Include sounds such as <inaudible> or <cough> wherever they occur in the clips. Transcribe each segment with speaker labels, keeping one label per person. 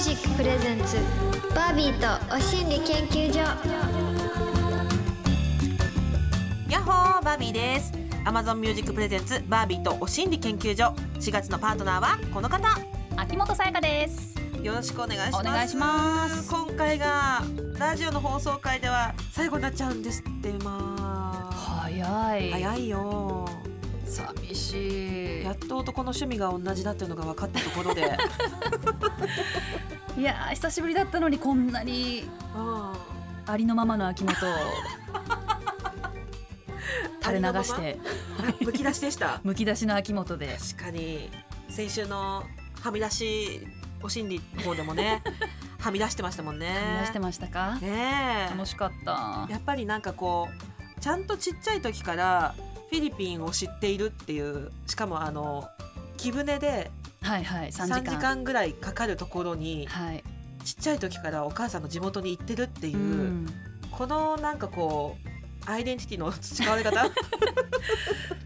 Speaker 1: ゼンツバービーとお心理研究所
Speaker 2: ヤッホーバービーです Amazon Music Presents バービーとお心理研究所4月のパートナーはこの方
Speaker 3: 秋元さやかです
Speaker 2: よろしくお願いします
Speaker 3: お願いします
Speaker 2: 今回がラジオの放送回では最後になっちゃうんですってま
Speaker 3: 早
Speaker 2: あ
Speaker 3: い
Speaker 2: 早いよ
Speaker 3: 寂しい
Speaker 2: やっと男の趣味が同じだっていうのが分かったところ
Speaker 3: <laughs>
Speaker 2: で
Speaker 3: いやー久しぶりだったのにこんなに
Speaker 2: うん
Speaker 3: ありのままの秋元
Speaker 2: <laughs>
Speaker 3: を垂れ流し
Speaker 2: あり
Speaker 3: て
Speaker 2: むき出しでした
Speaker 3: むき出しの秋元で
Speaker 2: 確かに先週のはみ出しお心理の方でも
Speaker 3: <laughs>
Speaker 2: ねはみ出してましたもんね
Speaker 3: 出してましたか
Speaker 2: ねえ
Speaker 3: 楽しかった
Speaker 2: やっぱりなんかこうちゃんとちっちゃい時からフィリピンを知っているっていうしかもあの木船で
Speaker 3: はいはい3
Speaker 2: 3
Speaker 3: 時
Speaker 2: 時
Speaker 3: 間
Speaker 2: 間ぐらいかかるところに
Speaker 3: はい、
Speaker 2: ちっちゃい時からお母さんの地元に行ってるっていう、
Speaker 3: うん
Speaker 2: このなんかこうアイデンティティの培われ
Speaker 3: <laughs>
Speaker 2: 方ね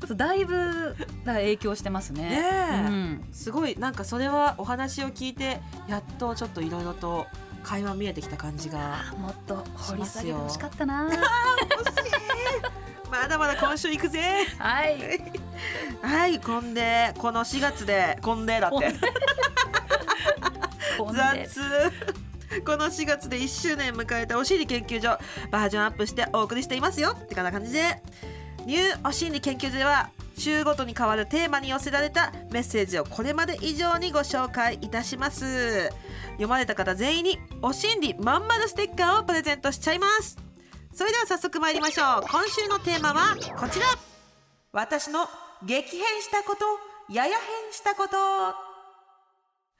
Speaker 3: そうだいぶだから影響してますね
Speaker 2: え
Speaker 3: うん、
Speaker 2: すごいなんかそれはお話を聞いてやっとちょっといろいろと会話見えてきた感じが
Speaker 3: あもっと掘り下
Speaker 2: します
Speaker 3: げて
Speaker 2: よ
Speaker 3: ほしかったな
Speaker 2: <laughs> まだまだ今週行くぜ <laughs>
Speaker 3: はい
Speaker 2: はいこんでこの4月でこんでだって
Speaker 3: こんで
Speaker 2: 雑この4月で1周年迎えたお心理研究所バージョンアップしてお送りしていますよってかな感じでニューお心理研究所では週ごとに変わるテーマに寄せられたメッセージをこれまで以上にご紹介いたします読まれた方全員にお心理まんまるステッカーをプレゼントしちゃいますそれでは早速参りましょう今週のテーマはこちら私の激変したことやや変したこと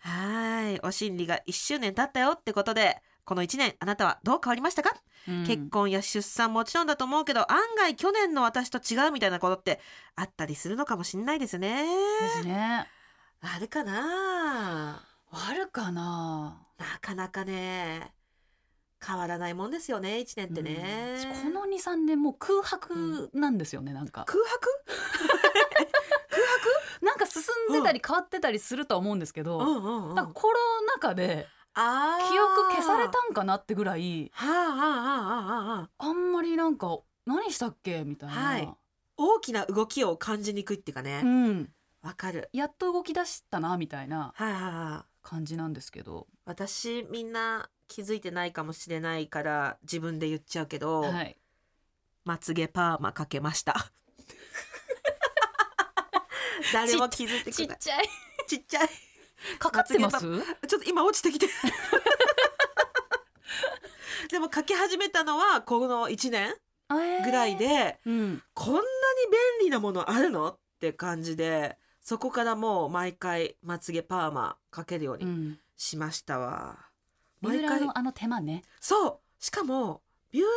Speaker 2: はーい、お心理が1周年経ったよってことで、この1年あなたはどう変わりましたか、
Speaker 3: うん
Speaker 2: 結婚や出産もちろんだと思うけど、案外去年の私と違うみたいなことってあったりするのかもしんないですね。
Speaker 3: ですね
Speaker 2: あるかな
Speaker 3: あるかな
Speaker 2: なかなかね、変わらないもんですよね、1年ってね。
Speaker 3: うんこの23年もう空白なんですよねなんか
Speaker 2: 空白
Speaker 3: なんか進んでたり変わってたりするとは思うんですけど、
Speaker 2: うんうんうん。
Speaker 3: なんかコロナ禍で
Speaker 2: あー
Speaker 3: 記憶消されたんかなってぐらい
Speaker 2: はあはあはあはあはあ。
Speaker 3: あんまりなんか何したっけみたいな、
Speaker 2: はい大きな動きを感じにくいっていうか
Speaker 3: う
Speaker 2: ね。
Speaker 3: ん、
Speaker 2: わ、かる。
Speaker 3: やっと動き出したなみたいな
Speaker 2: はいはいはい。
Speaker 3: 感じなんですけど、
Speaker 2: 私みんな気づいてないかもしれないから自分で言っちゃうけど、
Speaker 3: はい、
Speaker 2: まつげパーマかけま
Speaker 3: <laughs>
Speaker 2: した誰も気づいてくれない
Speaker 3: ちゃい
Speaker 2: ちっちゃい
Speaker 3: かかってます
Speaker 2: ちょっと今落ちて <laughs> きてでもかけ始めたのはこの1年ぐらい、で、
Speaker 3: えーうん、
Speaker 2: こんなに便利なものあるのって感じでそこからもう毎回まつげパーマかけるよう
Speaker 3: う
Speaker 2: に
Speaker 3: ん、
Speaker 2: しましたわ、
Speaker 3: ビューラーのあの手間ね
Speaker 2: そうしかもビューラ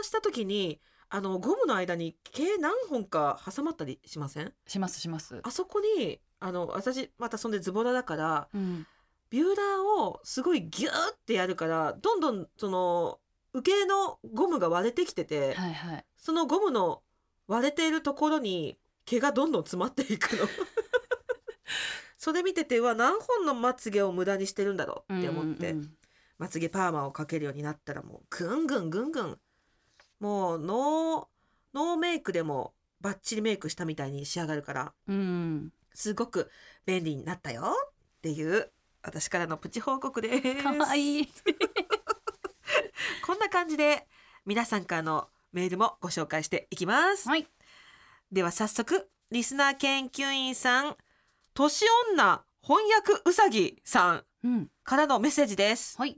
Speaker 2: ーした時にあのゴムの間に毛何本か挟まったりしません
Speaker 3: しますします
Speaker 2: あそこにあの私またそんでズボラだから
Speaker 3: うん、
Speaker 2: ビューラーをすごいギューってやるからどんどんその受けのゴムが割れてきてて、
Speaker 3: はいはい
Speaker 2: そのゴムの割れているところに毛がどんどん詰まっていくの。 <laughs> それ見ててうわ何本のまつげを無駄にしてるんだろうって思って、
Speaker 3: うんうんうん
Speaker 2: まつげパーマをかけるようになったらもうぐんぐんぐんぐんもうノーノーメイクでもバッチリメイクしたみたいに仕上がるから
Speaker 3: うん、
Speaker 2: すごく便利になったよっていう私からのプチ報告です。
Speaker 3: かわいい
Speaker 2: こんな感じで皆さんからのメールもご紹介していきます。
Speaker 3: はい
Speaker 2: では早速リスナー研究員さん年女翻訳うさぎさん
Speaker 3: うん、
Speaker 2: からのメッセージです。
Speaker 3: はい。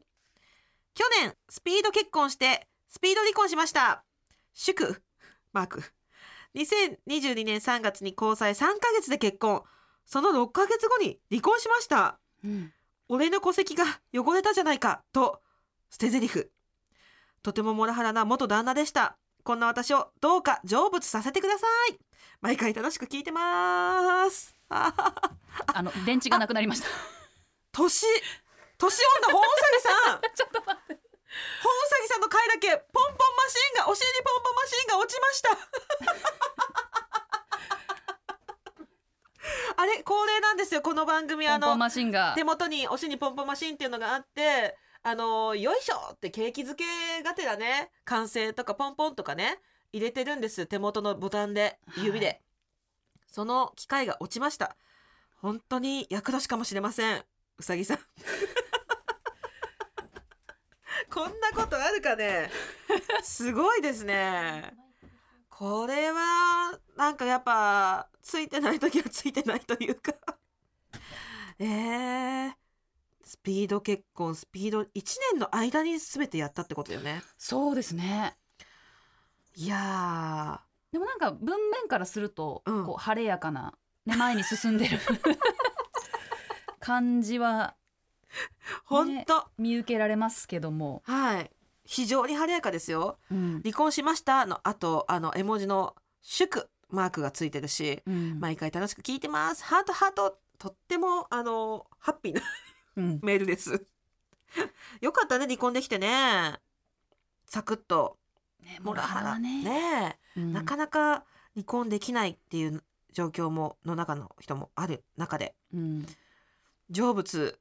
Speaker 2: 去年スピード結婚してスピード離婚しました祝マーク2022年3月に交際3ヶ月で結婚その6ヶ月後に離婚しました
Speaker 3: うん。
Speaker 2: 俺の戸籍が汚れたじゃないかと捨て台詞とてもモラハラな元旦那でしたこんな私をどうか成仏させてください毎回楽しく聞いてますあはは
Speaker 3: あの電池がなくなりま <laughs> した。
Speaker 2: 年年女本うさぎさん
Speaker 3: ちょっと待 <laughs> って。
Speaker 2: 本うさぎさんの回だけポンポンマシーンがお尻ポンポンマシーンが落ちま <laughs> したあれ恒例なんですよこのの番組
Speaker 3: ポ
Speaker 2: あ
Speaker 3: ンポ
Speaker 2: の
Speaker 3: ンマシンが
Speaker 2: 手元におしにポンポンマシンっていうのがあってあのよいしょって景気づけがてらね完成とかポンポンとかね入れてるんです手元のボタンで
Speaker 3: はい
Speaker 2: 指で、その機械が落ちました本当に役立ちかもしれませんうさぎ
Speaker 3: <laughs>
Speaker 2: さんこんなことあるかねすごいですねこれはなんかやっぱついてない時はついてないというかえー、スピード結婚スピード1年の間に全てやったってことよね
Speaker 3: そうですね
Speaker 2: いや
Speaker 3: でもなんか文面からすると、
Speaker 2: うん
Speaker 3: こう晴れやかな、ね、前に進ん <laughs> でる感じは
Speaker 2: ーほんと、
Speaker 3: 見受けられますけども、
Speaker 2: はい非常に晴れやかですよ
Speaker 3: うん
Speaker 2: 離婚しましたのあとあの絵文字の祝マークがついてるし
Speaker 3: うん
Speaker 2: 毎回楽しく聞いてますハートハートとってもあのハッピーな
Speaker 3: うん
Speaker 2: メールです。 <laughs> よかったね離婚できてね。サクッと
Speaker 3: ね
Speaker 2: モラハ
Speaker 3: モ
Speaker 2: ラ
Speaker 3: は
Speaker 2: ね
Speaker 3: う
Speaker 2: え
Speaker 3: ん
Speaker 2: なかなか離婚できないっていう状況もの中の人もある中で
Speaker 3: うん
Speaker 2: 成仏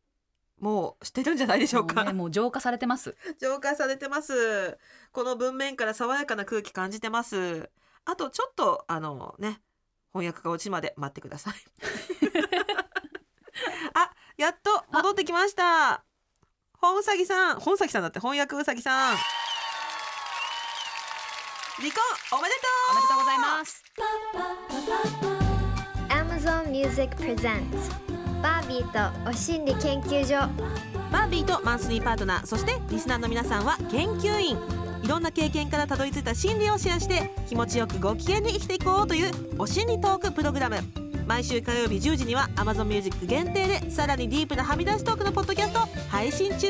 Speaker 2: もうしてるんじゃないでしょう
Speaker 3: も
Speaker 2: か
Speaker 3: うね、もう浄化されてます
Speaker 2: 浄化されてますこの文面から爽やかな空気感じてますあとちょっとあのね翻訳が落ちまで待ってくださいあやっと戻ってきました本うさぎさん本うさぎさんだって翻訳うさぎさん離婚おめでと
Speaker 3: おめでとうございます
Speaker 1: Amazon Music Presents バービーとお心理研究所
Speaker 2: うバービーとマンスリーパートナーそしてリスナーの皆さんは研究員いろんな経験からたどり着いた心理をシェアして気持ちよくご機嫌に生きていこうというお心理トークプログラム毎週火曜日10時には Amazon Music 限定でさらにディープなはみ出しトークのポッドキャストを配信中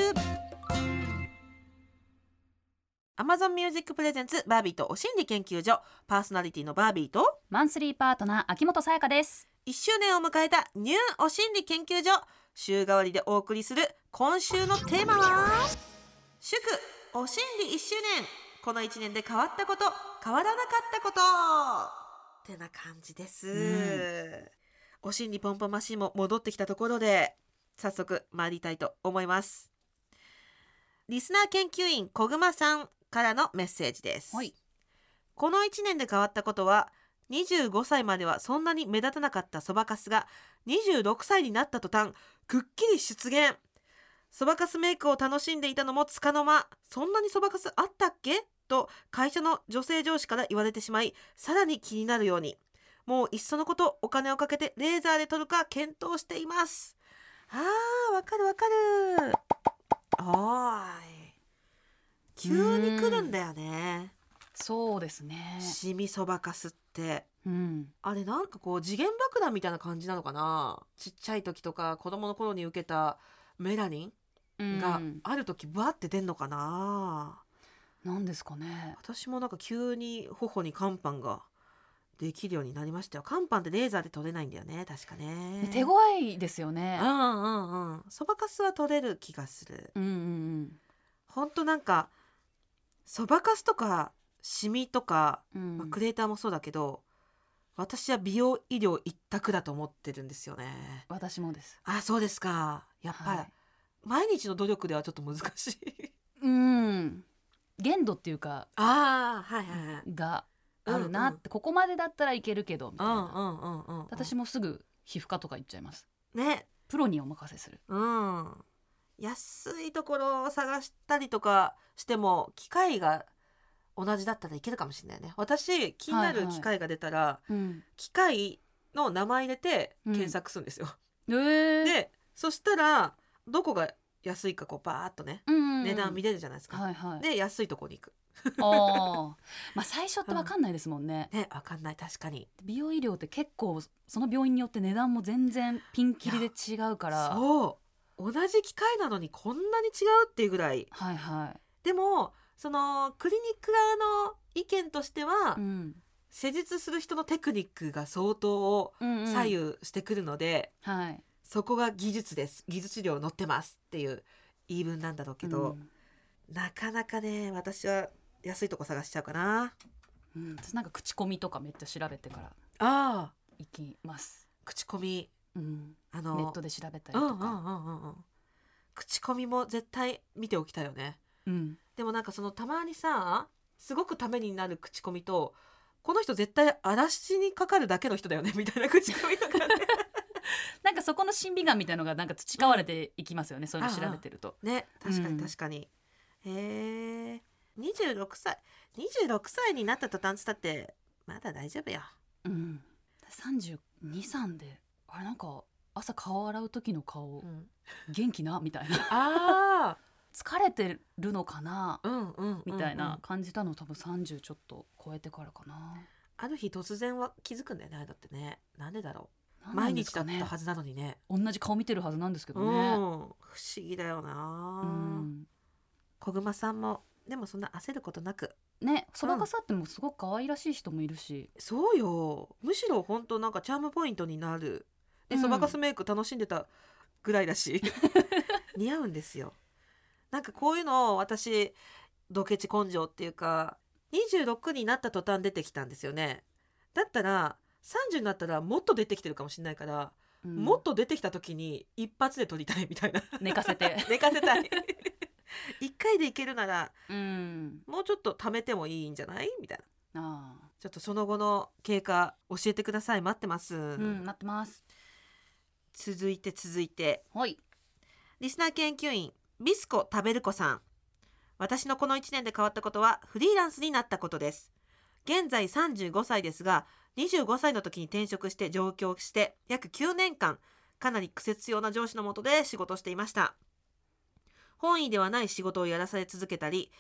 Speaker 2: Amazon Music プレゼンツバービーとお心理研究所パーソナリティのバービーと
Speaker 3: マンスリーパートナー秋元さやかです
Speaker 2: 1周年を迎えたニューお心理研究所週替わりでお送りする今週のテーマは祝お心理1周年この1年で変わったこと変わらなかったことってな感じです、
Speaker 3: う
Speaker 2: お心理ポンポンマシンも戻ってきたところで早速参りたいと思いますリスナー研究員小熊さんからのメッセージです、
Speaker 3: はい
Speaker 2: この1年で変わったことは25歳まではそんなに目立たなかったそばかすが26歳になった途端くっきり出現そばかすメイクを楽しんでいたのもつかの間そんなにそばかすあったっけと会社の女性上司から言われてしまいさらに気になるようにもういっそのことお金をかけてレーザーで撮るか検討していますあーわかるわかるおーい急に来るんだよね
Speaker 3: そうですね
Speaker 2: シミそばかすって
Speaker 3: うん
Speaker 2: あれなんかこう次元爆弾みたいな感じなのかなちっちゃい時とか子供の頃に受けたメラニ
Speaker 3: う
Speaker 2: ンが
Speaker 3: ん
Speaker 2: ある時バーって出んのかな、
Speaker 3: なんですかね
Speaker 2: 私もなんか急に頬に乾パンができるようになりましたよ乾パンってレーザーで取れないんだよね確かね
Speaker 3: 手強いですよね
Speaker 2: うんうんうんそばかすは取れる気がする
Speaker 3: うんうん
Speaker 2: ほんとなんかそばかすとかシミとか
Speaker 3: うん
Speaker 2: まあ、
Speaker 3: うん
Speaker 2: クレーターもそうだけど私は美容医療一択だと思ってるんですよね
Speaker 3: 私もです
Speaker 2: あそうですかやっぱり、
Speaker 3: はい
Speaker 2: 毎日の努力ではちょっと難しい
Speaker 3: うん限度っていうか
Speaker 2: <laughs> ああはいはいはい
Speaker 3: があるなって、ここまでだったらいけるけどみ
Speaker 2: う
Speaker 3: たいな、
Speaker 2: んうんうんうんうん
Speaker 3: 私もすぐ皮膚科とか行っちゃいます
Speaker 2: ね
Speaker 3: プロにお任せする
Speaker 2: うん安いところを探したりとかしても機械が同じだったらいけるかもしれないね私気にな
Speaker 3: はい
Speaker 2: る
Speaker 3: はい
Speaker 2: 機械が出たら、
Speaker 3: うん
Speaker 2: 機械の名前入れて
Speaker 3: うん
Speaker 2: 検索するんですよ、
Speaker 3: えー、
Speaker 2: でそしたらどこが安いかこうバーっとね
Speaker 3: うんうんうん
Speaker 2: 値段見れるじゃないですか、
Speaker 3: はいはい
Speaker 2: で安いとこに行く
Speaker 3: あーまあ最初ってわかんないですもんね、
Speaker 2: ねわかんない確かに
Speaker 3: 美容医療って結構その病院によって値段も全然ピンキリで違うから
Speaker 2: そう同じ機械なのにこんなに違うっていうぐらい
Speaker 3: はいは
Speaker 2: でもそのクリニック側の意見としては、
Speaker 3: い、うん
Speaker 2: 施術する人のテクニックが相当
Speaker 3: うんうん、
Speaker 2: 左右してくるので、
Speaker 3: はい
Speaker 2: そこが技術です技術量乗ってますっていう言い分なんだろうけど、なかなかね私は安いとこ探しちゃうかな
Speaker 3: うんうん、私なんか口コミとかめっちゃ調べてから
Speaker 2: ああ
Speaker 3: 行きます
Speaker 2: 口コミ
Speaker 3: うん、
Speaker 2: あ
Speaker 3: ネ
Speaker 2: の
Speaker 3: ットで調べたり
Speaker 2: うんう
Speaker 3: と
Speaker 2: んうん
Speaker 3: か、
Speaker 2: うんうん口コミも絶対見ておきたいよね
Speaker 3: うん、
Speaker 2: でもなんかそのたまにさすごくためになる口コミとこの人絶対嵐にかかるだけの人だよね <laughs> みたいな口コミとかね
Speaker 3: <laughs> なんかそこの審美眼みたいのがなんか培われていきますよね、そういうの調べてると。
Speaker 2: ね確か
Speaker 3: うん
Speaker 2: に確かに、へえ26歳26歳になった途端つったってまだ大丈夫よ
Speaker 3: うん、32、3であれなんか朝顔洗う時の顔元気なみたいな <laughs>
Speaker 2: あ
Speaker 3: 疲れてるのかな
Speaker 2: あ、うんうんうんうん
Speaker 3: みたいな感じたの多分30ちょっと超えてからかな。
Speaker 2: ある日突然は気づくんだよねあれだってねなんでだろう
Speaker 3: な
Speaker 2: 毎
Speaker 3: んで
Speaker 2: 日
Speaker 3: す
Speaker 2: だ
Speaker 3: か
Speaker 2: っ
Speaker 3: ね
Speaker 2: たはずなのにね
Speaker 3: 同じ顔見てるはずなんですけど
Speaker 2: うん不
Speaker 3: ね。
Speaker 2: 思議だよな、
Speaker 3: うん
Speaker 2: 小熊さんもでもそんな焦ることなく
Speaker 3: ね、そばかさってもすごく可愛らしい人もいるし、
Speaker 2: そうよむしろ本当なんかチャームポイントになるで
Speaker 3: うん
Speaker 2: そばかすメイク楽しんでたぐらいだ
Speaker 3: <laughs>
Speaker 2: し似合うんですよなんかこういうのを私ドケチ根性っていうか26になった途端出てきたんですよねだったら30になったらもっと出てきてるかもしれないから、
Speaker 3: うん
Speaker 2: もっと出てきた時に一発で撮りたいみたいな
Speaker 3: 寝かせて、
Speaker 2: <laughs> 寝かせたい一回でいけるなら
Speaker 3: うん、
Speaker 2: もうちょっと貯めてもいいんじゃないみたいな
Speaker 3: ああ、
Speaker 2: ちょっとその後の経過教えてください待ってます、
Speaker 3: うん、待ってます。
Speaker 2: 続いて続いて
Speaker 3: はい、
Speaker 2: リスナー研究員ビスコ食べる子さん私のこの1年で変わったことはフリーランスになったことです現在35歳ですが25歳の時に転職して上京して約9年間かなり苦節用な上司の下で仕事をしていました本意ではない仕事をやらされ続けたり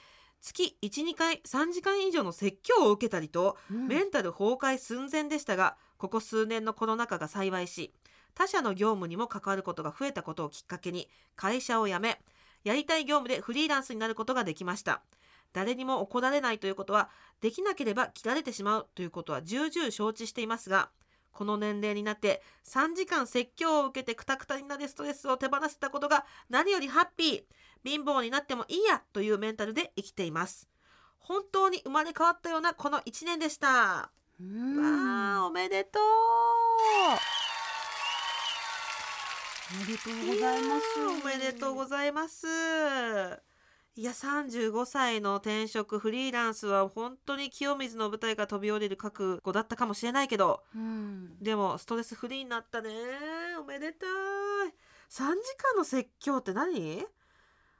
Speaker 2: 月12回3時間以上の説教を受けたりとメンタル崩壊寸前でしたがここ数年のコロナ禍が幸いし他社の業務にも関わることが増えたことをきっかけに会社を辞めやりたい業務でフリーランスになることができました誰にも怒られないということはできなければ切られてしまうということは重々承知していますがこの年齢になって3時間説教を受けてクタクタになるストレスを手放せたことが何よりハッピー貧乏になってもいいやというメンタルで生きています本当に生まれ変わったようなこの1年でした
Speaker 3: うん、
Speaker 2: わあお
Speaker 3: お
Speaker 2: めでとう
Speaker 3: めでとうございます
Speaker 2: やーおめでとうございますいや35歳の転職フリーランスは本当に清水の舞台が飛び降りる覚悟だったかもしれないけど
Speaker 3: うん、
Speaker 2: でもストレスフリーになったねおめでたい3時間の説教って何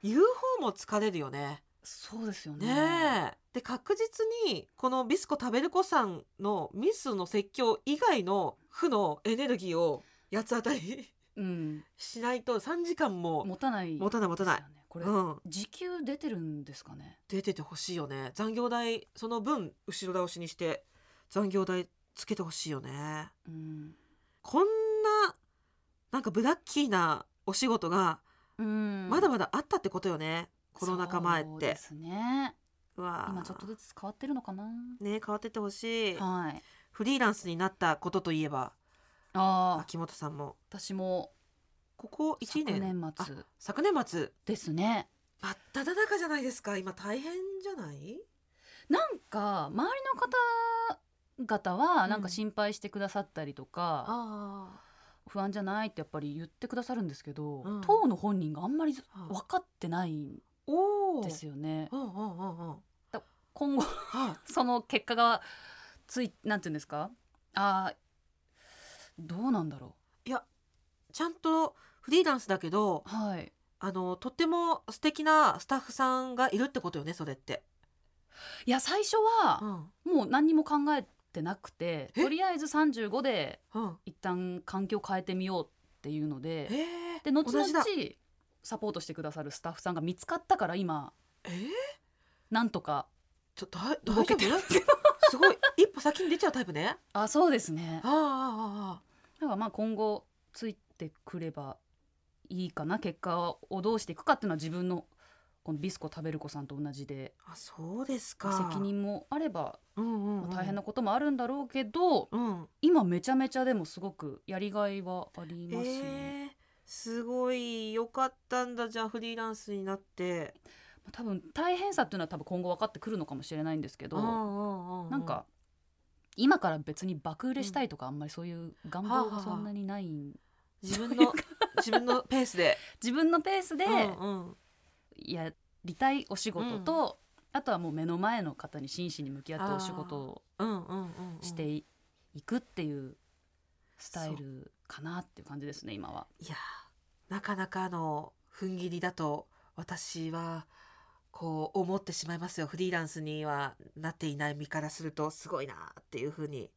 Speaker 2: 言う方も疲れるよね
Speaker 3: そうですよね。
Speaker 2: ねえで確実にこのビスコ食べる子さんのミスの説教以外の負のエネルギーを八つ当たり
Speaker 3: うん、
Speaker 2: しないと3時 <laughs> 間も
Speaker 3: 持たない、
Speaker 2: 持たない持たない
Speaker 3: ですよねこれ、
Speaker 2: うん
Speaker 3: 時給出てるんですかね。
Speaker 2: 出ててほしいよね残業代その分後ろ倒しにして残業代つけてほしいよね
Speaker 3: うん、
Speaker 2: こんななんかブラッキーなお仕事が
Speaker 3: うん、
Speaker 2: まだまだあったってことよね、コロナ禍前っ
Speaker 3: そう
Speaker 2: て
Speaker 3: ですね。
Speaker 2: うわあ
Speaker 3: 今ちょっとずつ変わってるのかな。
Speaker 2: ね変わってってほしい
Speaker 3: はい。
Speaker 2: フリーランスになったことといえば
Speaker 3: ああ、
Speaker 2: 秋元さんも
Speaker 3: 私も
Speaker 2: ここ1
Speaker 3: 昨
Speaker 2: 年
Speaker 3: 年
Speaker 2: あ
Speaker 3: 末
Speaker 2: 昨年末
Speaker 3: ですね。
Speaker 2: 真っ只中じゃないですか今大変じゃない
Speaker 3: なんか周りの方々はなん
Speaker 2: う
Speaker 3: か
Speaker 2: ん
Speaker 3: 心配してくださったりとか、
Speaker 2: あ
Speaker 3: 不安じゃないってやっぱり言ってくださるんですけど、
Speaker 2: うん
Speaker 3: 当の本人があんまり
Speaker 2: あ
Speaker 3: 分かってないん
Speaker 2: おお
Speaker 3: ですよね。
Speaker 2: うんうんうんうん
Speaker 3: 今後
Speaker 2: はい
Speaker 3: その結果がついなんて言うんですかあーどうなんだろ
Speaker 2: いやちゃんとフリーランスだけど
Speaker 3: うはい
Speaker 2: あのとっても素敵なスタッフさんがいるってことよねそれって、
Speaker 3: いや最初
Speaker 2: う
Speaker 3: は
Speaker 2: ん
Speaker 3: もう何にも考えてなくて
Speaker 2: え
Speaker 3: とりあえず35で
Speaker 2: うん、
Speaker 3: 一旦環境変えてみようっていうので
Speaker 2: えー、
Speaker 3: で後
Speaker 2: 同じだ
Speaker 3: 々サポートしてくださるスタッフさんが見つかったから今
Speaker 2: えー、
Speaker 3: なんとか
Speaker 2: ちょだい
Speaker 3: 動
Speaker 2: 大丈
Speaker 3: けてる
Speaker 2: 夫 <laughs> すごい一歩先に出ちゃうタイプ
Speaker 3: <laughs>
Speaker 2: ね
Speaker 3: あそうですね
Speaker 2: あああ
Speaker 3: だからまあ今後ついてくればいいかな結果をどうしていくかっていうのは自分のこのビスコ食べる子さんと同じで
Speaker 2: あああそうですか
Speaker 3: 責任もあれば、
Speaker 2: うんうん、
Speaker 3: ま
Speaker 2: うん、
Speaker 3: あ大変なこともあるんだろうけど、
Speaker 2: うん
Speaker 3: 今めちゃめちゃでもすごくやりがいはありますね、
Speaker 2: えーすごい良かったんだじゃあフリーランスになって
Speaker 3: まあ多分大変さっていうのは多分今後分かってくるのかもしれないんですけど、
Speaker 2: ど
Speaker 3: なんか今から別に爆売れしたいとかあんまりそういう願望がそんなにないん
Speaker 2: 自分の <laughs> 自分のペースで、
Speaker 3: 自分のペースで
Speaker 2: うんうん
Speaker 3: やりたいお仕事と、あとはもう目の前の方に真摯に向き合ってお仕事を
Speaker 2: うんうんうんうん
Speaker 3: してい,、くっていうスタイルかなっていう感じですね今は。
Speaker 2: いやーなかなかの踏ん切りだと私はこう思ってしまいますよフリーランスにはなっていない身からするとすごいなっていうふうに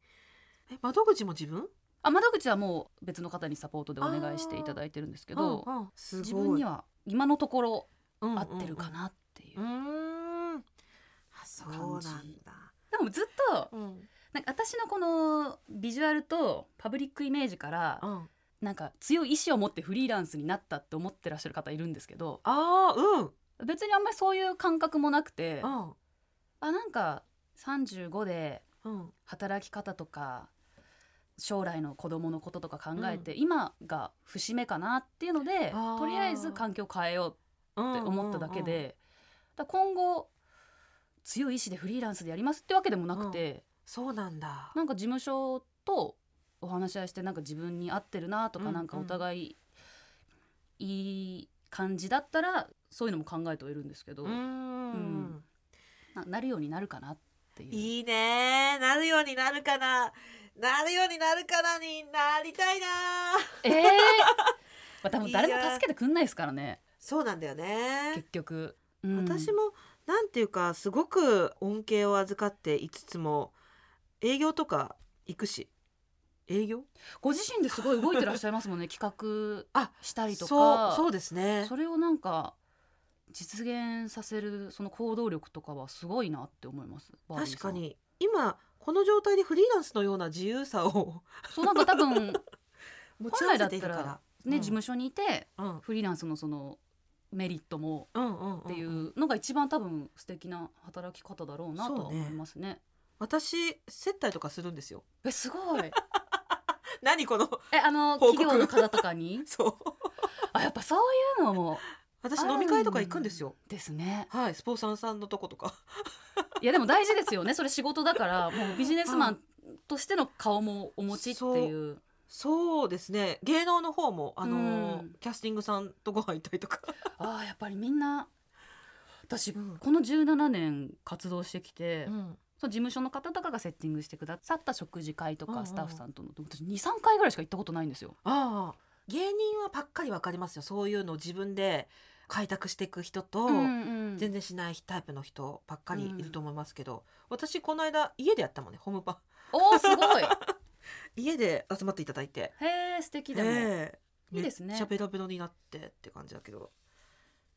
Speaker 2: え窓口も自分
Speaker 3: あ窓口はもう別の方にサポートでお願いしていただいてるんですけど、
Speaker 2: うんうんすごい
Speaker 3: 自分には今のところ
Speaker 2: うんうん
Speaker 3: 合
Speaker 2: うん
Speaker 3: ってるかなっていう。
Speaker 2: うーんあそうなんだ
Speaker 3: 感でもずっと
Speaker 2: うん
Speaker 3: なんか私のこのビジュアルとパブリックイメージから
Speaker 2: うん
Speaker 3: なんか強い意志を持ってフリーランスになったって思ってらっしゃる方いるんですけど
Speaker 2: あーうん
Speaker 3: 別にあんまりそういう感覚もなくて
Speaker 2: うん
Speaker 3: あなんか35で
Speaker 2: うん
Speaker 3: 働き方とか将来の子供のこととか考えて、今が節目かなっていうので
Speaker 2: あー
Speaker 3: とりあえず環境変えようって思っただけで、
Speaker 2: うんうんうん
Speaker 3: だから今後強い意志でフリーランスでやりますってわけでもなくて。
Speaker 2: そうなんだ
Speaker 3: なんか事務所とお話し合いしてなんか自分に合ってるなとか、
Speaker 2: うん
Speaker 3: なんか
Speaker 2: うん
Speaker 3: お互いいい感じだったらそういうのも考えてはいるんですけど、
Speaker 2: うーん
Speaker 3: うんななるようになるかなっていう
Speaker 2: いいねなるようになるかななるようになるかなになりたいな <laughs>
Speaker 3: ええまあ多分誰も助けてくんないですからね
Speaker 2: そうなんだよね
Speaker 3: 結局、うん
Speaker 2: 私もなんていうかすごく恩恵を預かっていつつも営業とか行くし営業
Speaker 3: ご自身ですごい動いてらっしゃいますもんね企画
Speaker 2: <laughs> あ
Speaker 3: したりと
Speaker 2: そ
Speaker 3: か
Speaker 2: うそうですね
Speaker 3: それをなんか実現させるその行動力とかはすごいなって思いますバービー
Speaker 2: 確
Speaker 3: さ
Speaker 2: か
Speaker 3: ん
Speaker 2: に今この状態でフリーランスのような自由さを <laughs>
Speaker 3: そうなんか多分
Speaker 2: 持ち合わせているか
Speaker 3: 本来だ
Speaker 2: ら
Speaker 3: っね、
Speaker 2: <laughs> うん
Speaker 3: 事務所にいて
Speaker 2: うん
Speaker 3: フリーランスのそのメリットも
Speaker 2: うんうんん
Speaker 3: っていうのが一番多分素敵な働き方だろうなとは
Speaker 2: そうね
Speaker 3: 思いますね。
Speaker 2: 私接待とかするんですよ
Speaker 3: えすごい
Speaker 2: 何この <laughs>
Speaker 3: えあの
Speaker 2: 報告
Speaker 3: 企業の方とかに
Speaker 2: <laughs> そう
Speaker 3: あやっぱそういうのも
Speaker 2: 私飲み会とか行くんですよ
Speaker 3: ですね
Speaker 2: はいスポーサンさんのとことか
Speaker 3: いやでも大事ですよねそれ仕事だからもうビジネスマンとしての顔もお持ちっていう
Speaker 2: そうですね芸能の方もあのー
Speaker 3: うん
Speaker 2: キャスティングさんとご飯行ったりとか
Speaker 3: あーやっぱりみんな私、
Speaker 2: うん
Speaker 3: この17年活動してきて、
Speaker 2: ん
Speaker 3: その事務所の方とかがセッティングしてくださった食事会と
Speaker 2: うんうんう
Speaker 3: か
Speaker 2: ん
Speaker 3: スタッフさんとの、私23回ぐらいしか行ったことないんですよ。
Speaker 2: ああ芸人はばっかりわかりますよそういうのを自分で開拓していく人と、
Speaker 3: 全
Speaker 2: 全然しないタイプの人ばっかりいると思いますけど、私この間家でやったもんねホームパン
Speaker 3: おーすごい
Speaker 2: 家で集まっていただいて
Speaker 3: <laughs> へえ素敵だね、
Speaker 2: ええ
Speaker 3: いいですね
Speaker 2: めっちゃベロベロになってって感じだけど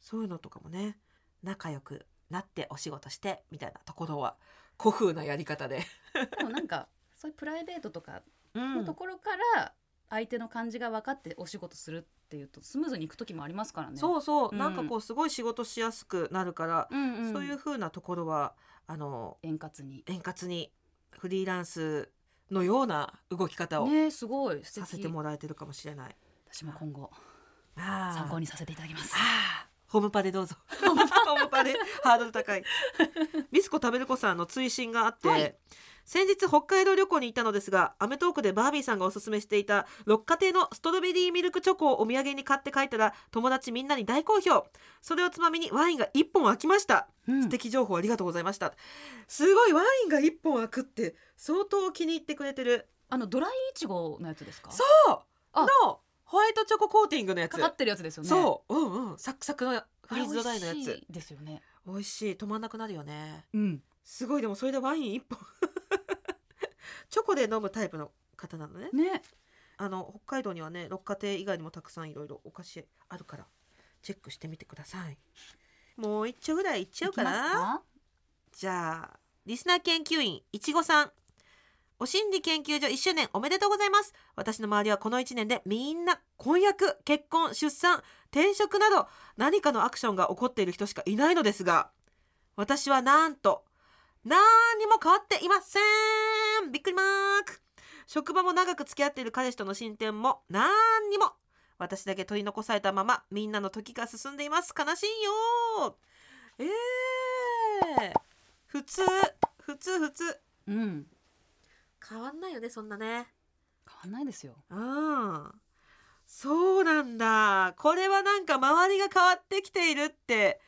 Speaker 2: そういうのとかもね仲良くなってお仕事してみたいなところは古風なやり方で、
Speaker 3: でもなんかそういうプライベートとか
Speaker 2: うん
Speaker 3: のところから相手の感じが分かってお仕事するっていうとスムーズにいく時もありますからね。
Speaker 2: そうそう、
Speaker 3: うん
Speaker 2: なんかこうすごい仕事しやすくなるから、
Speaker 3: うんうん、
Speaker 2: そういう風なところはあの
Speaker 3: 円滑に
Speaker 2: 円滑にフリーランスのような動き方を
Speaker 3: ねえすごい素
Speaker 2: さ
Speaker 3: 敵
Speaker 2: せてもらえてるかもしれない。
Speaker 3: 私も今後
Speaker 2: ああ
Speaker 3: 参考にさせていただきます。
Speaker 2: ああホームパでどうぞ。 <laughs> ホームパでハードル高い。ビスコ食べる子さんの追伸があって、
Speaker 3: はい
Speaker 2: 先日北海道旅行に行ったのですが、アメトークでバービーさんがおすすめしていた六花亭のストロベリーミルクチョコをお土産に買って帰ったら友達みんなに大好評。それをつまみにワインが一本空きました。
Speaker 3: うん
Speaker 2: 素敵情報ありがとうございました。すごいワインが一本空くって相当気に入ってくれてる。
Speaker 3: あのドライイチゴのやつですか
Speaker 2: そ
Speaker 3: あ
Speaker 2: のホワイトチョココーティングのやつ。
Speaker 3: かかってるやつですよね。
Speaker 2: そう、うんうん、サクサクのフリーズドライのや
Speaker 3: あれ美味
Speaker 2: つ
Speaker 3: しい。ですよね。
Speaker 2: 美味しい止まんなくなるよね
Speaker 3: うん
Speaker 2: すごいでもそれでワイン一本 <laughs> チョコで飲むタイプの方なのね
Speaker 3: ね
Speaker 2: あの北海道にはね六花亭以外にもたくさんいろいろお菓子あるからチェックしてみてくださいもう一丁ぐらいいっちゃうか
Speaker 3: いきます
Speaker 2: な
Speaker 3: か
Speaker 2: じゃあリスナー研究員いちごさんお心理研究所1周年おめでとうございます私の周りはこの1年でみんな婚約結婚出産転職など何かのアクションが起こっている人しかいないのですが私はなんと何にも変わっていませんびっくりマーク職場も長く付き合っている彼氏との進展も何にも私だけ取り残されたままみんなの時が進んでいます悲しいよえー、普通普通普通
Speaker 3: うん
Speaker 2: 変わんないよねそんなね
Speaker 3: 変わんないですよ
Speaker 2: うんそうなんだこれはなんか周りが変わってきているって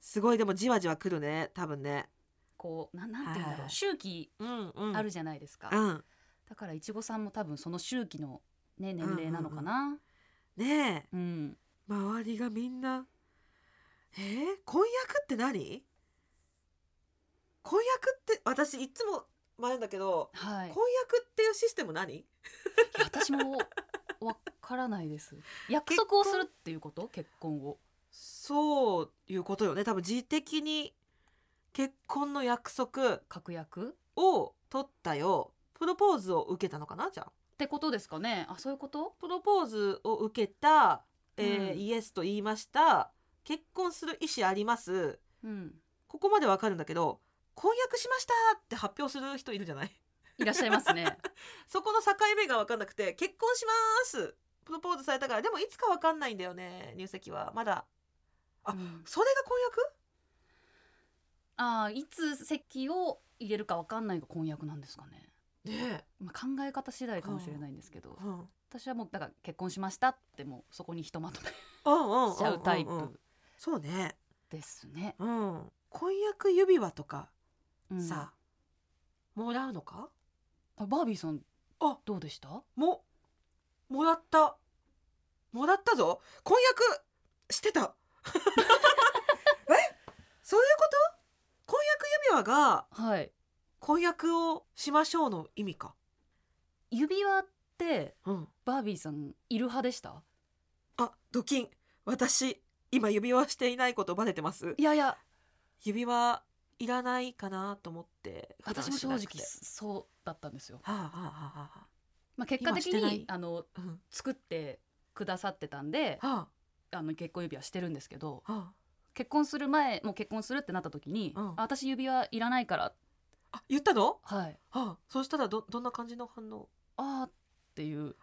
Speaker 2: すごいでもじわじわ来るね多分ね
Speaker 3: こうなんなんていうんだろ
Speaker 2: は
Speaker 3: う
Speaker 2: い
Speaker 3: 周期
Speaker 2: うんう
Speaker 3: あるじゃないですか、
Speaker 2: うん
Speaker 3: だからいちごさんも多分その周期のね年齢なのかな、
Speaker 2: ねえ
Speaker 3: うん
Speaker 2: 周りがみんなえー、婚約って何婚約って私いつも前だけど、
Speaker 3: はいい
Speaker 2: 婚約っていうシステム何
Speaker 3: や私もわからない
Speaker 2: <laughs>
Speaker 3: です約束をするっていうこと結婚を
Speaker 2: そういうことよね多分自的に結婚の約束
Speaker 3: 確約
Speaker 2: を取ったよプロポーズを受けたのかなじゃあ
Speaker 3: ってことですかねあそういうこと
Speaker 2: プロポーズを受けた、えー
Speaker 3: うん
Speaker 2: イエスと言いました結婚する意思あります
Speaker 3: うん
Speaker 2: ここまでわかるんだけど婚約しましたって発表する人いるじゃない <laughs>
Speaker 3: いらっしゃいますね
Speaker 2: そこの境目がわかんなくて結婚しますプロポーズされたからでもいつかわかんないんだよね入籍はまだあ
Speaker 3: うん
Speaker 2: それが婚約
Speaker 3: ああいつ席を入れるかわかんないが婚約なんですかね、
Speaker 2: ね
Speaker 3: まあ、考え方次第かもしれないんですけど、
Speaker 2: え、うん、
Speaker 3: 私はもうだから結婚しましたってもうそこにひとまとめ
Speaker 2: うんうんうんうんうん
Speaker 3: しちゃうタイプ
Speaker 2: そうね
Speaker 3: ですね、
Speaker 2: うん婚約指輪とか
Speaker 3: うん
Speaker 2: さ、もらうのか
Speaker 3: あバービーさん
Speaker 2: あ
Speaker 3: どうでした
Speaker 2: ももらったもらったぞ婚約して <laughs> たえそういうこと婚約指輪が
Speaker 3: はい
Speaker 2: 婚約をしましょうの意味か
Speaker 3: 指輪って
Speaker 2: うん
Speaker 3: バービーさんいる派でした
Speaker 2: あドキン私今指輪していないことバレてます
Speaker 3: いやいや
Speaker 2: 指輪いらないかなと思って普段
Speaker 3: 私も
Speaker 2: し
Speaker 3: 正
Speaker 2: な
Speaker 3: 直
Speaker 2: くて
Speaker 3: そうだったんですよ、
Speaker 2: はあはあはあは
Speaker 3: まあ、結果的
Speaker 2: 今してない
Speaker 3: にあの
Speaker 2: あうん
Speaker 3: 作ってくださってたんで
Speaker 2: は
Speaker 3: あの結婚指輪してるんですけど
Speaker 2: あは
Speaker 3: 結婚する前もう結婚するってなった時に、
Speaker 2: うん
Speaker 3: あ私指輪いらないから
Speaker 2: ああ言ったの
Speaker 3: はい
Speaker 2: あそうしたらどどんな感じの反応
Speaker 3: あーっ
Speaker 2: <laughs>
Speaker 3: ていう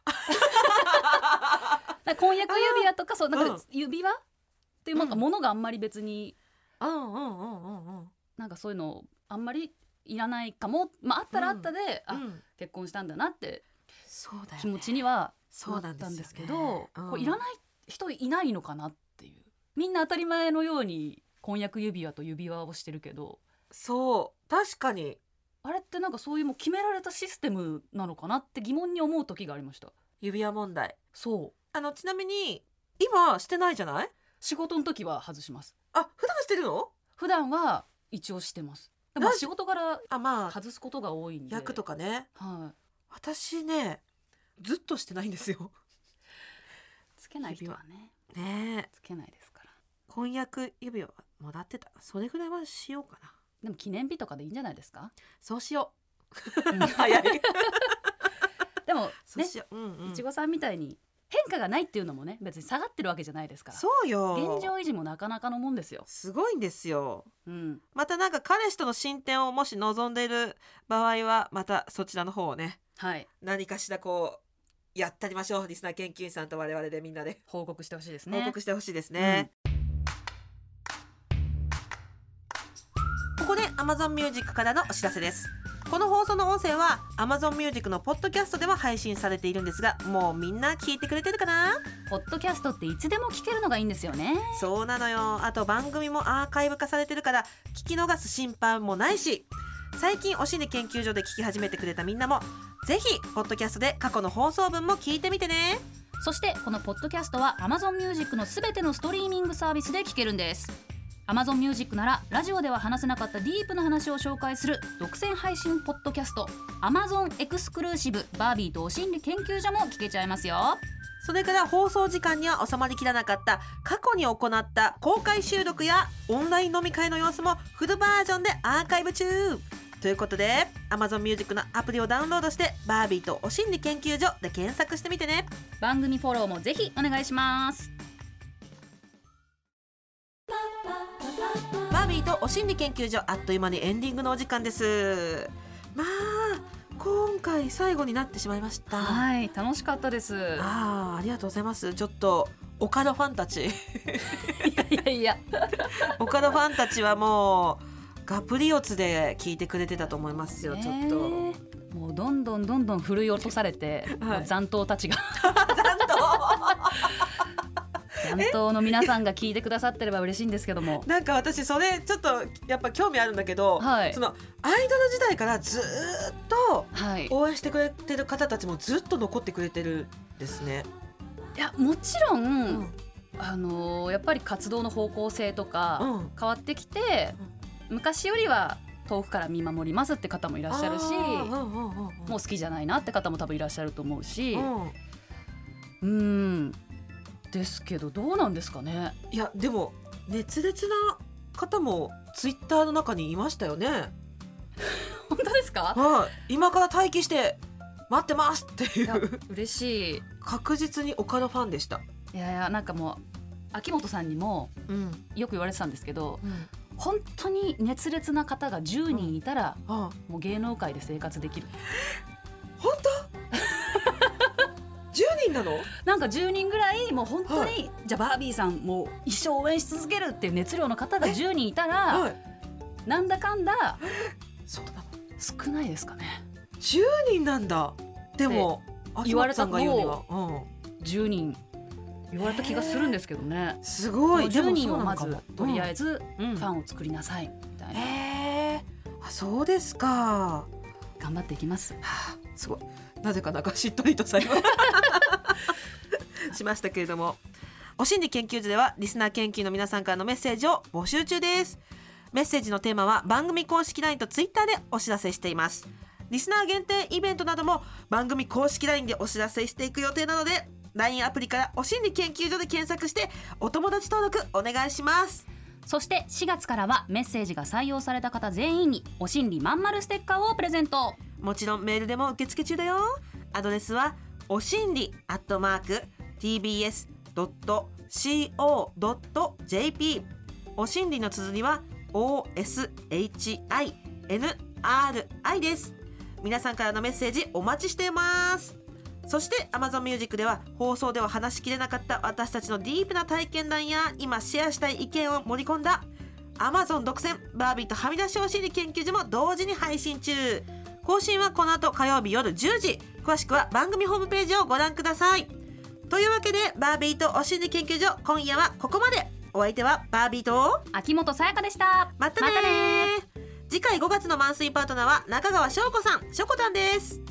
Speaker 3: なんか婚約指輪とかそうなん
Speaker 2: うん
Speaker 3: か指輪っていうなんか
Speaker 2: うん
Speaker 3: ものがあんまり別に
Speaker 2: うんうんうんうんうん
Speaker 3: なんかそういうのあんまりいらないかも、まあ、あったらあったで、あ
Speaker 2: うん
Speaker 3: 結婚したんだなって
Speaker 2: そうだよ、ね、
Speaker 3: 気持ちには
Speaker 2: そ
Speaker 3: な
Speaker 2: う
Speaker 3: っ
Speaker 2: な
Speaker 3: た
Speaker 2: んですよ
Speaker 3: ん
Speaker 2: ね
Speaker 3: ですけど
Speaker 2: うん
Speaker 3: こういらない人いないのかなっていうみんな当たり前のように婚約指輪と指輪をしてるけど
Speaker 2: そう確かに
Speaker 3: あれってなんかそういうもう決められたシステムなのかなって疑問に思う時がありました
Speaker 2: 指輪問題
Speaker 3: そう
Speaker 2: あのちなみに今してないじゃない
Speaker 3: 仕事の時は外します
Speaker 2: あ普段してるの
Speaker 3: 普段は一応してますでもまあ
Speaker 2: なん
Speaker 3: 仕事から
Speaker 2: あまあ
Speaker 3: 外すことが多いんで
Speaker 2: 役とかね
Speaker 3: は
Speaker 2: 私ねずっとしてないんですよ
Speaker 3: いつけない人はね
Speaker 2: ねえ
Speaker 3: つけないですから
Speaker 2: 婚約指輪もらってたそれぐらいはしようかな
Speaker 3: でも記念日とかでいいんじゃないです
Speaker 2: <laughs>
Speaker 3: か
Speaker 2: そうしよ
Speaker 3: うん
Speaker 2: う早い
Speaker 3: でも
Speaker 2: そう
Speaker 3: ね
Speaker 2: しよう、うんうん
Speaker 3: いちごさんみたいに変化がないっていうのもね別に下がってるわけじゃないですから
Speaker 2: そうよ
Speaker 3: 現状維持もなかなかのもんですよ。
Speaker 2: すごいんですよ
Speaker 3: うん、
Speaker 2: またなんか彼氏との進展をもし望んでいる場合はまたそちらの方をね
Speaker 3: はい、
Speaker 2: 何かしらこうやったりましょうリスナー研究員さんと我々でみんなで
Speaker 3: 報告してほしいですね。
Speaker 2: 報告してほしいですね。ここで Amazon Music からのお知らせです。この放送の音声は Amazon Music のポッドキャストでは配信されているんですがもうみんな聞いてくれてるかな
Speaker 3: ポッドキャストっていつでも聞けるのがいいんですよね。
Speaker 2: そうなのよあと番組もアーカイブ化されてるから聞き逃す心配もないし最近お心理研究所で聞き始めてくれたみんなもぜひポッドキャストで過去の放送分も聞いてみてね
Speaker 3: そしてこのポッドキャストは Amazon Music のすべてのストリーミングサービスで聞けるんです。Amazon Music ならラジオでは話せなかったディープな話を紹介する独占配信ポッドキャスト Amazon エクスクルーシブバービーとお心理研究所も聞けちゃいますよ。
Speaker 2: それから放送時間には収まりきらなかった過去に行った公開収録やオンライン飲み会の様子もフルバージョンでアーカイブ中ということで Amazon Music のアプリをダウンロードして「バービーとお心理研究所」で検索してみてね
Speaker 3: 番組フォローもぜひお願いします。
Speaker 2: バービーとお心理研究所あっという間にエンディングのお時間ですまあ今回最後になってしまいました、
Speaker 3: はい、楽しかったです。
Speaker 2: ああありがとうございますちょっとオカラファンたち <laughs>
Speaker 3: <laughs> いやいや。
Speaker 2: オカラファンたちはもうガプリオツで聞いてくれてたと思いますよちょっと。
Speaker 3: ねえもうどんどんどんどん振るい落とされて、
Speaker 2: はい
Speaker 3: もう残党たちが <laughs>
Speaker 2: なんと
Speaker 3: 担当の皆さんが聞いてくださってれば嬉しいんですけども
Speaker 2: なんか私それちょっとやっぱ興味あるんだけど、
Speaker 3: はい
Speaker 2: そのアイドル時代からずーっと
Speaker 3: はい
Speaker 2: 応援してくれてる方たちもずっと残ってくれてるんですね。
Speaker 3: いやもちろん、
Speaker 2: うん
Speaker 3: あのーやっぱり活動の方向性と
Speaker 2: う
Speaker 3: か
Speaker 2: ん
Speaker 3: 変わってきて、昔よりは遠くから見守りますって方もいらっしゃるし
Speaker 2: あーうんうんうんうん
Speaker 3: もう好きじゃないなって方も多分いらっしゃると思うし
Speaker 2: うん
Speaker 3: うんですけどどうなんです
Speaker 2: <laughs>
Speaker 3: かね
Speaker 2: いやでも熱烈な方もツイッターの中にいましたよね。
Speaker 3: 本当ですか
Speaker 2: はい、今から待機して待ってますってい
Speaker 3: いや
Speaker 2: う
Speaker 3: 嬉しい
Speaker 2: 確実に岡田ファンでした。
Speaker 3: いやいやなんかもう秋元さんにも
Speaker 2: うん、
Speaker 3: よく言われてたんですけど
Speaker 2: うん、
Speaker 3: 本当に熱烈な方が10人いたら、
Speaker 2: あ
Speaker 3: もう芸能界で生活できる
Speaker 2: 本当 <laughs> 10人なの
Speaker 3: なんか10人ぐらいもう本当に、じゃあバービーさんもう一生応援し続けるっていう熱量の方が10人いたら、
Speaker 2: はい
Speaker 3: なんだかんだ
Speaker 2: そうなの
Speaker 3: 少ないですかね
Speaker 2: 10人なんだでも秋
Speaker 3: 言わ
Speaker 2: 元
Speaker 3: れ
Speaker 2: さ
Speaker 3: た
Speaker 2: んが言うには、う
Speaker 3: 10人言われた気がするんですけどね
Speaker 2: ん、すごいでも
Speaker 3: 10人をま
Speaker 2: そう
Speaker 3: ず
Speaker 2: なのかも
Speaker 3: とりあえず
Speaker 2: うんうん
Speaker 3: ファンを作りなさいみたいな、
Speaker 2: へーあそうですか、は
Speaker 3: 頑張っていきます
Speaker 2: あ、すごいなぜかなんかしっとりと最後しましたけれどもお心理研究所ではリスナー研究の皆さんからのメッセージを募集中ですメッセージのテーマは番組公式 LINE と Twitter でお知らせしていますリスナー限定イベントなども番組公式 LINE でお知らせしていく予定なので LINE アプリからお心理研究所で検索してお友達登録お願いします
Speaker 3: そして4月からはメッセージが採用された方全員にお心理まんまるステッカーをプレゼント
Speaker 2: もちろんメールでも受付中だよアドレスはおしんりアットマーク tbs.co.jp おしんりの綴りは oshinri です皆さんからのメッセージお待ちしていますそして Amazon Music では放送では話しきれなかった私たちのディープな体験談や今シェアしたい意見を盛り込んだ Amazon 独占バービーとはみ出しお尻研究所も同時に配信中更新はこの後火曜日夜10時詳しくは番組ホームページをご覧くださいというわけでバービーとお尻研究所今夜はここまでお相手はバービーと
Speaker 3: 秋元さやかでした
Speaker 2: またねー次回5月のマンスリーパートナーは中川翔子さん翔子たんです